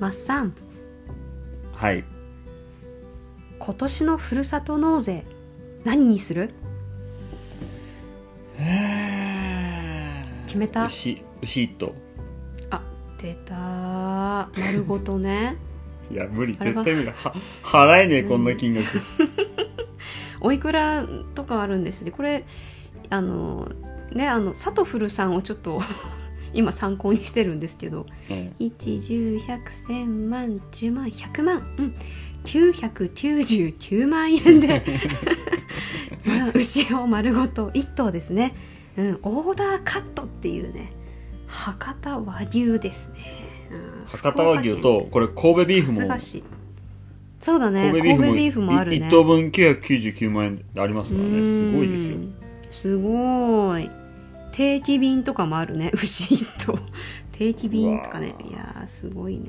マッサンはい今年のふるさと納税何にする決めた牛牛一頭出た丸ごとね いや無理あれ絶は対無理は払えねえこんな金額おいくらとかあるんですねこれあのねあのサトフルさんをちょっと今参考にしてるんですけどうん1101001000万10万100万うん999万円で、 まあ牛を丸ごと1頭ですね、うん、オーダーカットっていうね博多和牛ですね、うん博多和牛とこれ神戸ビーフ福も岡県春日市そうだね神神戸ビ戸ーフもビーフもあるね1等分999万円ありますからねすごいですようんすごい定期便とかもあるね 牛1頭定期便とかねうわーいやーすごいね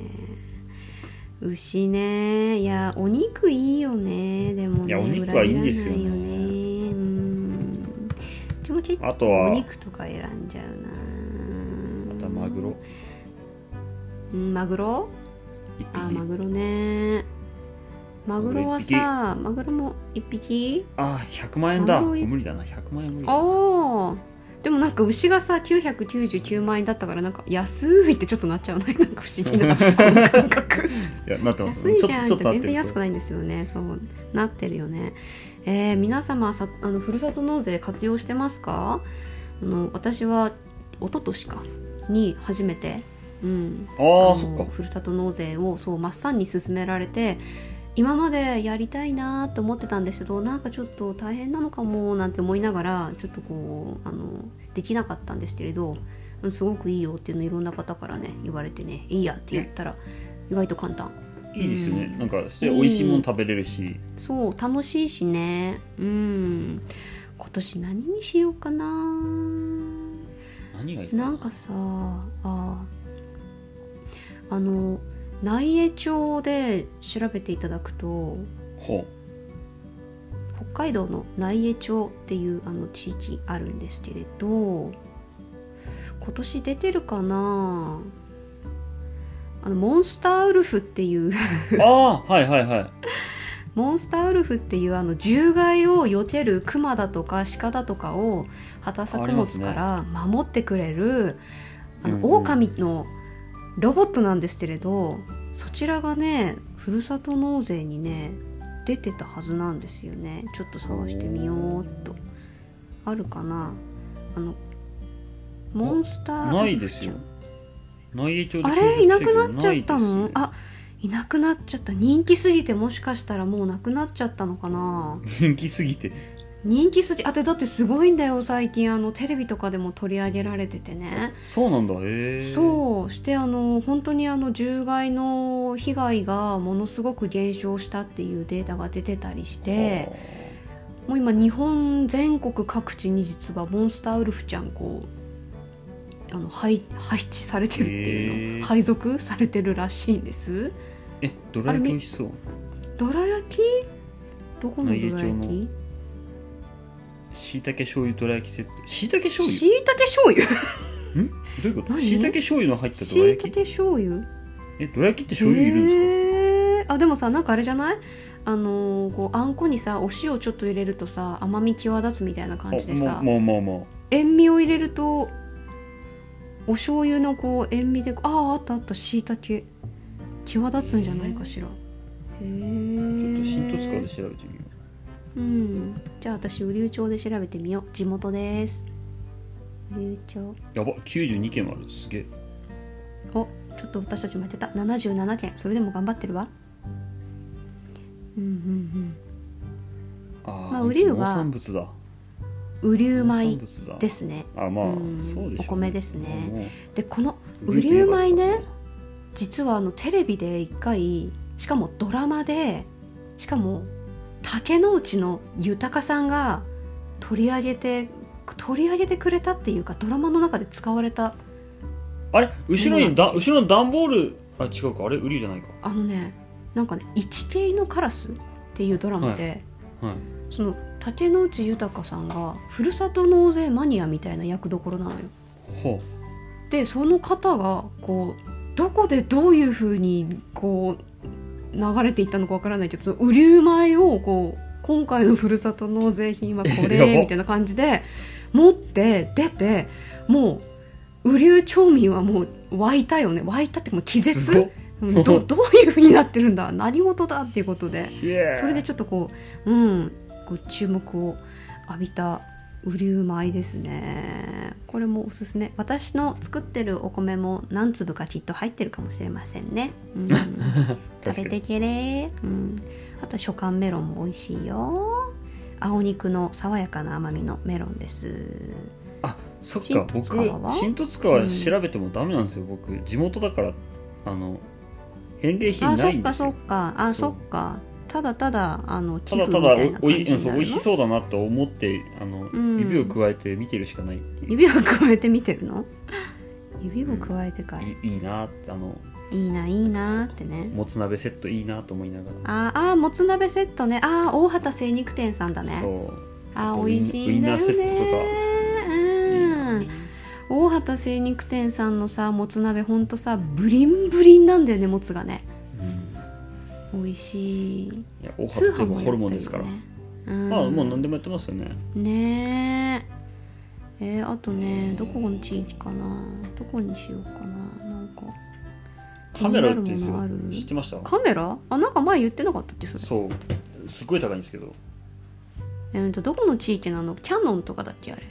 牛ねいやーお肉いいよねでもねいやお肉はいいん裏切らですよねないうんうちも結構あとおは肉とか選んじゃうなまたマグロうんマグロ一あーマ匹グロねマグロはさマグロも1匹あ100万円だマグロ一無理だな100万円無理だ なあーでもなんか牛がさ999万円だったからなんか安いってちょっとなっちゃうないなんか不思議なこの感覚いやなってます安いちょっじゃんとっちてょっとな全って然る安くないんですよねそうなってるよねえー皆様さあのふるさと納税活用してますかあの私は一昨年かに初めてうんあーのそっかふるさと納税をそう真っさんに勧められて今までやりたいなーと思ってたんですけどなんかちょっと大変なのかもなんて思いながらちょっとこうあのできなかったんですけれどうんすごくいいよっていうのをいろんな方からね言われてねいいやって言ったら意外と簡単いいですよねうんなんかして美味しいもの食べれるしそう楽しいしねうん今年何にしようかな何がいいかなんかさああの内江町で調べていただくとほ北海道の内江町っていうあの地域あるんですけれど今年出てるかなあのモンスターウルフっていううああはいはいはいモンスターウルフっていうあの獣害を避けるクマだとか鹿だとかを畑作物から守ってくれるあ,、うんうのん狼のロボットなんですけれどそちらがねふるさと納税にね出てたはずなんですよねちょっと探してみようっとあるかなあのモンスターないですよ内栄町であ検索れいなくなっちゃしてるっけどたのないですねあいなくなっちゃった人気すぎてもしかしたらもうなくなっちゃったのかな人気すぎて人気すぎあてだってすごいんだよ最近あのテレビとかでも取り上げられててねそうなんだへえそうしてあの本当にあの獣害の被害がものすごく減少したっていうデータが出てたりしてもう今日本全国各地に実はモンスターウルフちゃんこうあの配配置されてるっていうへーの配属されてるらしいんです。えどら焼き美味しそうどら焼きどこのどら内焼江きしいたけ醤油どら焼きセットしいたけ醤油しいたけ醤油んどういうこと何しいたけ醤油の入ったどらしい焼たきけ醤油えどら焼きって醤油いるんですかへーあでもさなんかあれじゃないあのーこうあんこにさお塩ちょっと入れるとさ甘み際立つみたいな感じであさまあまあまあま塩味を入れるとお醤油のこう塩味であああったあったしいたけ際立つんじゃないかしらへえあちょっ新と新十津川で調べてみよううんじゃあ私雨竜町で調べてみよう地元です雨竜町やば92件もあるすげえおちょっと私たちもやってた77件それでも頑張ってるわうんうんあまあー瓜生は農産物だうん雨竜農産米物だですねあまあうんそうでしょうねお米ですねまあもでこのう雨竜米ね実はあのテレビで一回しかもドラマでしかも竹之内の豊さんが取り上げて取り上げてくれたっていうかドラマの中で使われたあれ後ろにだそうなんです後ろの段ボールあ違うかあれ瓜生じゃないかあのねなんかね「一系のカラス」っていうドラマで、はいその竹之内豊さんがふるさと納税マニアみたいな役どころなのよほでその方がこうどこでどういうふうにこう流れていったのかわからないけどその雨竜米をこう今回のふるさと納税品はこやばれみたいな感じで持って出てもう雨竜町民はもう湧いたよね湧いたってもう気す絶ごっうんどどういうふうになってるんだ何事だっていうことでイエーイそれでちょっとこううんこう注目を浴びた雨竜米ですねこれもおすすめ私の作ってるお米も何粒かきっと入ってるかもしれませんね、 うん、確か食べにてけれ、うん、あと初寒メロンも美味しいよ青肉の爽やかな甘みのメロンですあそっ新か十津僕川は新十津川調べてもダメなんですよ、僕地元だからあの返礼品あなそいっんでかすそっよかあそそうっかただただあの寄ただ付みただたいな感おおじいうんにそうな美る味しのそうだなと思ってあの、うん指を加えて見てるしかないっていう指を加えて見てるの指を加えてかい、いいいなってあのいいないいなってねもつ鍋セットいいなと思いながら、あーあーもつ鍋セットねああ大畑精肉店さんだねそうあーウイン美味しいんだよねウインナーセットとかうん大畑精肉店さんのさもつ鍋ほんとさブリンブリンなんだよねもつがねうん美味しいいや大通原と販いえばもやってホるよルモンねですから、うんまあもう何でもやってますよねねええーあとねどこの地域かなどこにしようかななんかカメラ売ってるんです気になるもよのある知ってましたカメラあなんか前言ってなかったっけそれそうすっごい高いんですけどえー、とどこの地域なのキャノンとかだっけあれ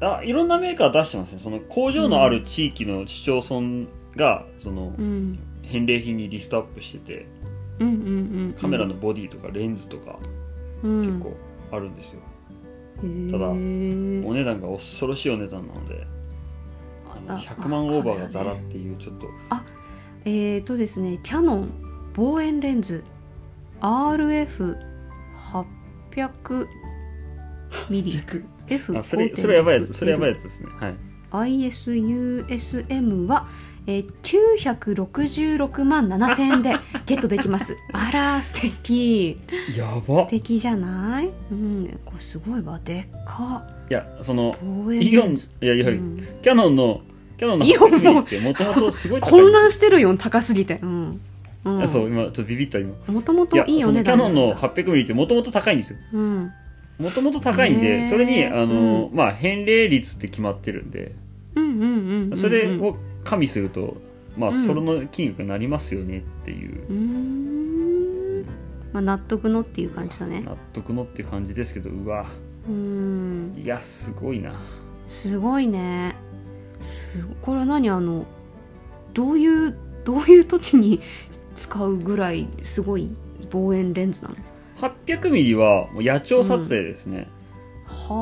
あいろんなメーカー出してますねその工場のある地域の市町村が、そのうん返礼品にリストアップしててうんうんうんうんカメラのボディとかレンズとか結構あるんですよ、うん、ただへおー値段が恐ろしいお値段なのでああの100万オーバーがあザラカメラっねていうちょっとえー、とですねキャノン望遠レンズ RF800 ミリ F あそれそれやばいやつそれやばいいやつですねはい ISUSM は、えー、966万7000円でゲットでき ますあら素敵やば素敵じゃないうんこれすごいわでっかいやその望遠イオレンンいズやいや、うんキャノンのキャノンのイオンも 800mm ってもともとすごい高い混乱してるよ高すぎてうんいやそうう今ちょっとビビった今もともといいおその値キ段ャノなんンだの 800mm ってもともと高いんですようんもともと高いんで、へーそれにあの、まあ返礼率って決まってるんでうんうんうんうんうんそれを加味すると、まあうんそれの金額になりますよねっていううーんまあ納得のっていう感じだね納得のって感じですけどうわうんいやすごいなすごいねすごこれは何あのどういうどういう時に使うぐらいすごい望遠レンズなの 800mm はもう野鳥撮影ですね、あ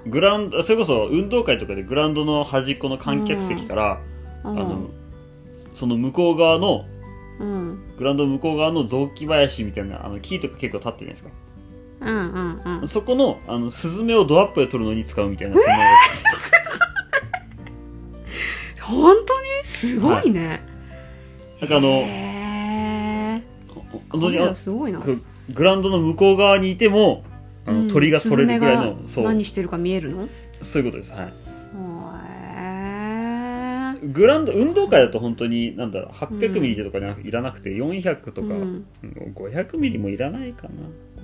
はのグラウンドそれこそ運動会とかでグラウンドの端っこの観客席から、ああのその向こう側のうんうんグラウンド向こう側の雑木林みたいなあの木とか結構立ってるじゃないですうんうんうんかそこのあのスズメをドアップで撮るのに使うみたいなそんなや本当にすごいね、つなんかあのへ本当ーカメにあのラすごいなそうグラウンドの向こう側にいてもあの、うん鳥が撮れるぐらいのスズそメがう何してるか見えるのそういうことですはいへーグラウンド運動会だと本当になんだろう 800mm とかじゃなくいらなくて400とか、うん500ミリもいらないかな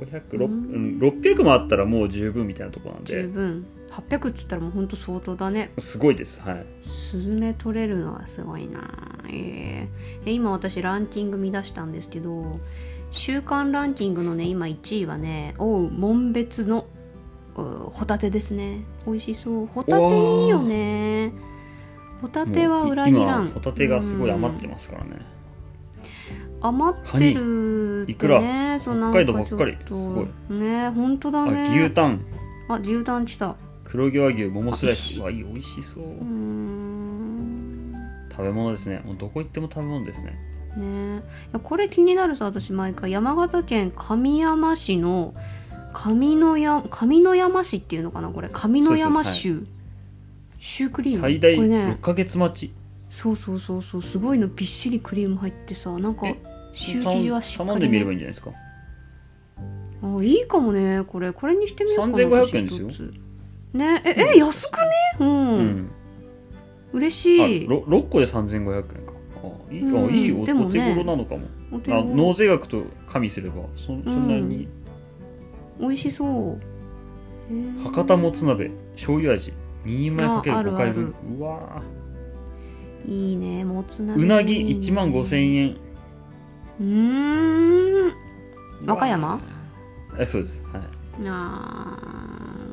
500ろううんん600もあったらもう十分みたいなとこなん十で分800っつったらもうほんと相当だねすごいですはいスズメ取れるのはすごいなえーで今私ランキング見出したんですけど週間ランキングのね今1位はねおう門別のうホタテですね美味しそうホタテいいよねホタテはもうい裏切らん今ホタテがすごい余ってうんますからね余ってるって、ね、イクラそうなんか北海道ばっかりちょとすごいね本当だあね牛タンあ牛タン来た黒毛和牛桃スラあ美味イしいスうわいい美味しそううーん食べ物ですねもうどこ行っても食べ物ですねねえいやこれ気になるさ私毎回山形県上山市の上のや上の山市っていうのかなこれ上の山そうです州、シュークリーム最大これね6ヶ月待ちそうそうそうそうすごいのびっしりクリーム入ってさなんかえシュー生地はしっか頼んでりみめ、ればいいんじゃないですかあいいかもねこれこれにしてみようかな3500円ですよ私一つねええ安くねうん、うん嬉嬉しいろ6個で3500円かあいい,あ、うんいいおでもおね手頃なのかもお手あ納頃税額と加味すればそそんなに、美味しそうへー博多もつ鍋醤油味2人前かけるあある5回分あるうわいいねもつー鍋うなぎいいね1万5000円うーんうわー和歌山えそうですはいあ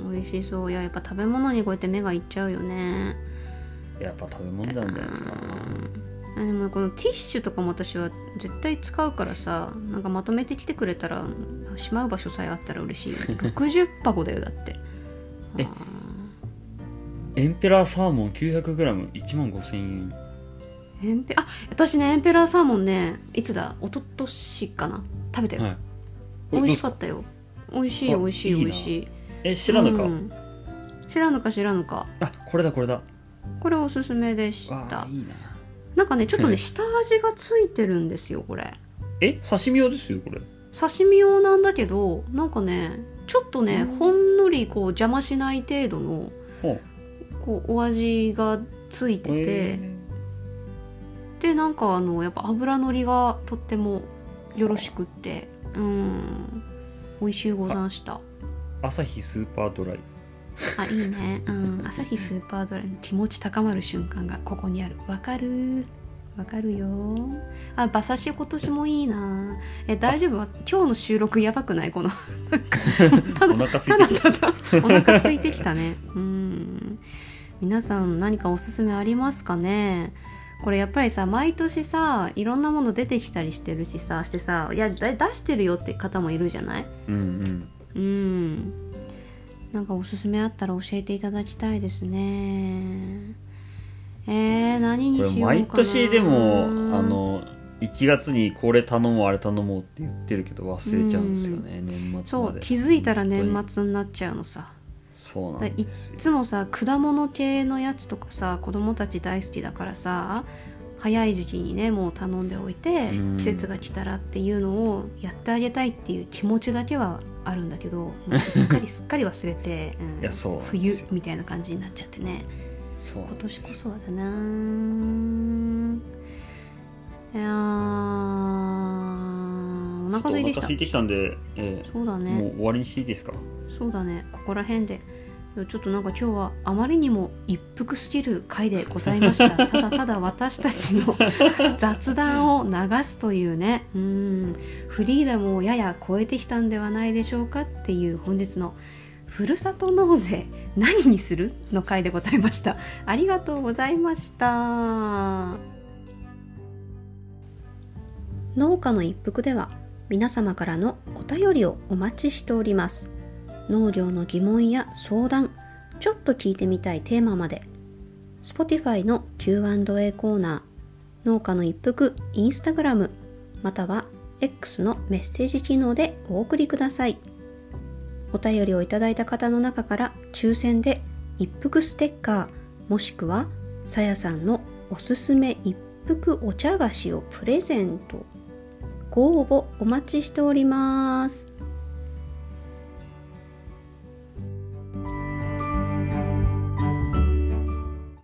ー美味しそういややっぱ食べ物にこうやって目がいっちゃうよねやっぱ食べ物なんじゃないですかあでもこのティッシュとかも私は絶対使うからさなんかまとめてきてくれたらしまう場所さえあったら嬉しいよね 60箱だよだってえあエンペラーサーモン 900g1 万5000円ーエンペあ私ねエンペラーサーモンねいつだ一昨年かな食べたよ、はい美味しどうかったよ美味しいあ美味しいいいな美味しいえ知らぬか、うん知らぬか知らぬかあこれだこれだこれおすすめでしわたーいいななんかねちょっとうねん下味がついてるんですよこれえ刺身用ですよこれ刺身用なんだけどなんかねちょっとね、うんほんのりこう邪魔しない程度のほうこうお味がついてて、えでなんかあのやっぱ油のりがとってもよろしくってうん美味しゅうござんしたー、朝日スーパードライあいいねうん朝日スーパードライの気持ち高まる瞬間がここにあるわかるわかるよあ馬刺し今年もいいなえ大丈夫今日の収録やばくないこのお腹空たいだてきただ お腹空いてきたねうん皆さん何かおすすめありますかねこれやっぱりさ毎年さいろんなもの出てきたりしてるしさしてさいやだ出してるよって方もいるじゃないうんううんんなんかおすすめあったら教えていただきたいですねえー、何にこしよれうかな毎年でもあの1月にこれ頼もうあれ頼もうって言ってるけど忘れちゃうんですよね、年末そまうで気づいたら年本当に末になっちゃうのさそうなだんいっですよつもさ果物系のやつとかさ子供たち大好きだからさ早い時期にねもう頼んでおいてうん季節が来たらっていうのをやってあげたいっていう気持ちだけはあるんだけどもうすっ かりすっかり忘れて、うんいやそうなんで冬すよみたいな感じになっちゃってねそうな今んです年こそはだないやーおちょ腹っとお空いてき腹た空いてきたんで、えそうだーねもう終わりにしていいですかそうだねここら辺でいやちょっとなんか今日はあまりにも一服すぎる回でございましたただただ私たちの 雑談を流すというねうんフリーダムをやや超えてきたんではないでしょうかっていう本日の「ふるさと納税何にする?」の回でございましたありがとうございました農家の一服では皆様からのお便りをお待ちしております農業の疑問や相談ちょっと聞いてみたいテーマまで Spotify の Q&A コーナー農家の一服 Instagram または X のメッセージ機能でお送りくださいお便りをいただいた方の中から抽選で一服ステッカーもしくはさやさんのおすすめ一服お茶菓子をプレゼントご応募お待ちしております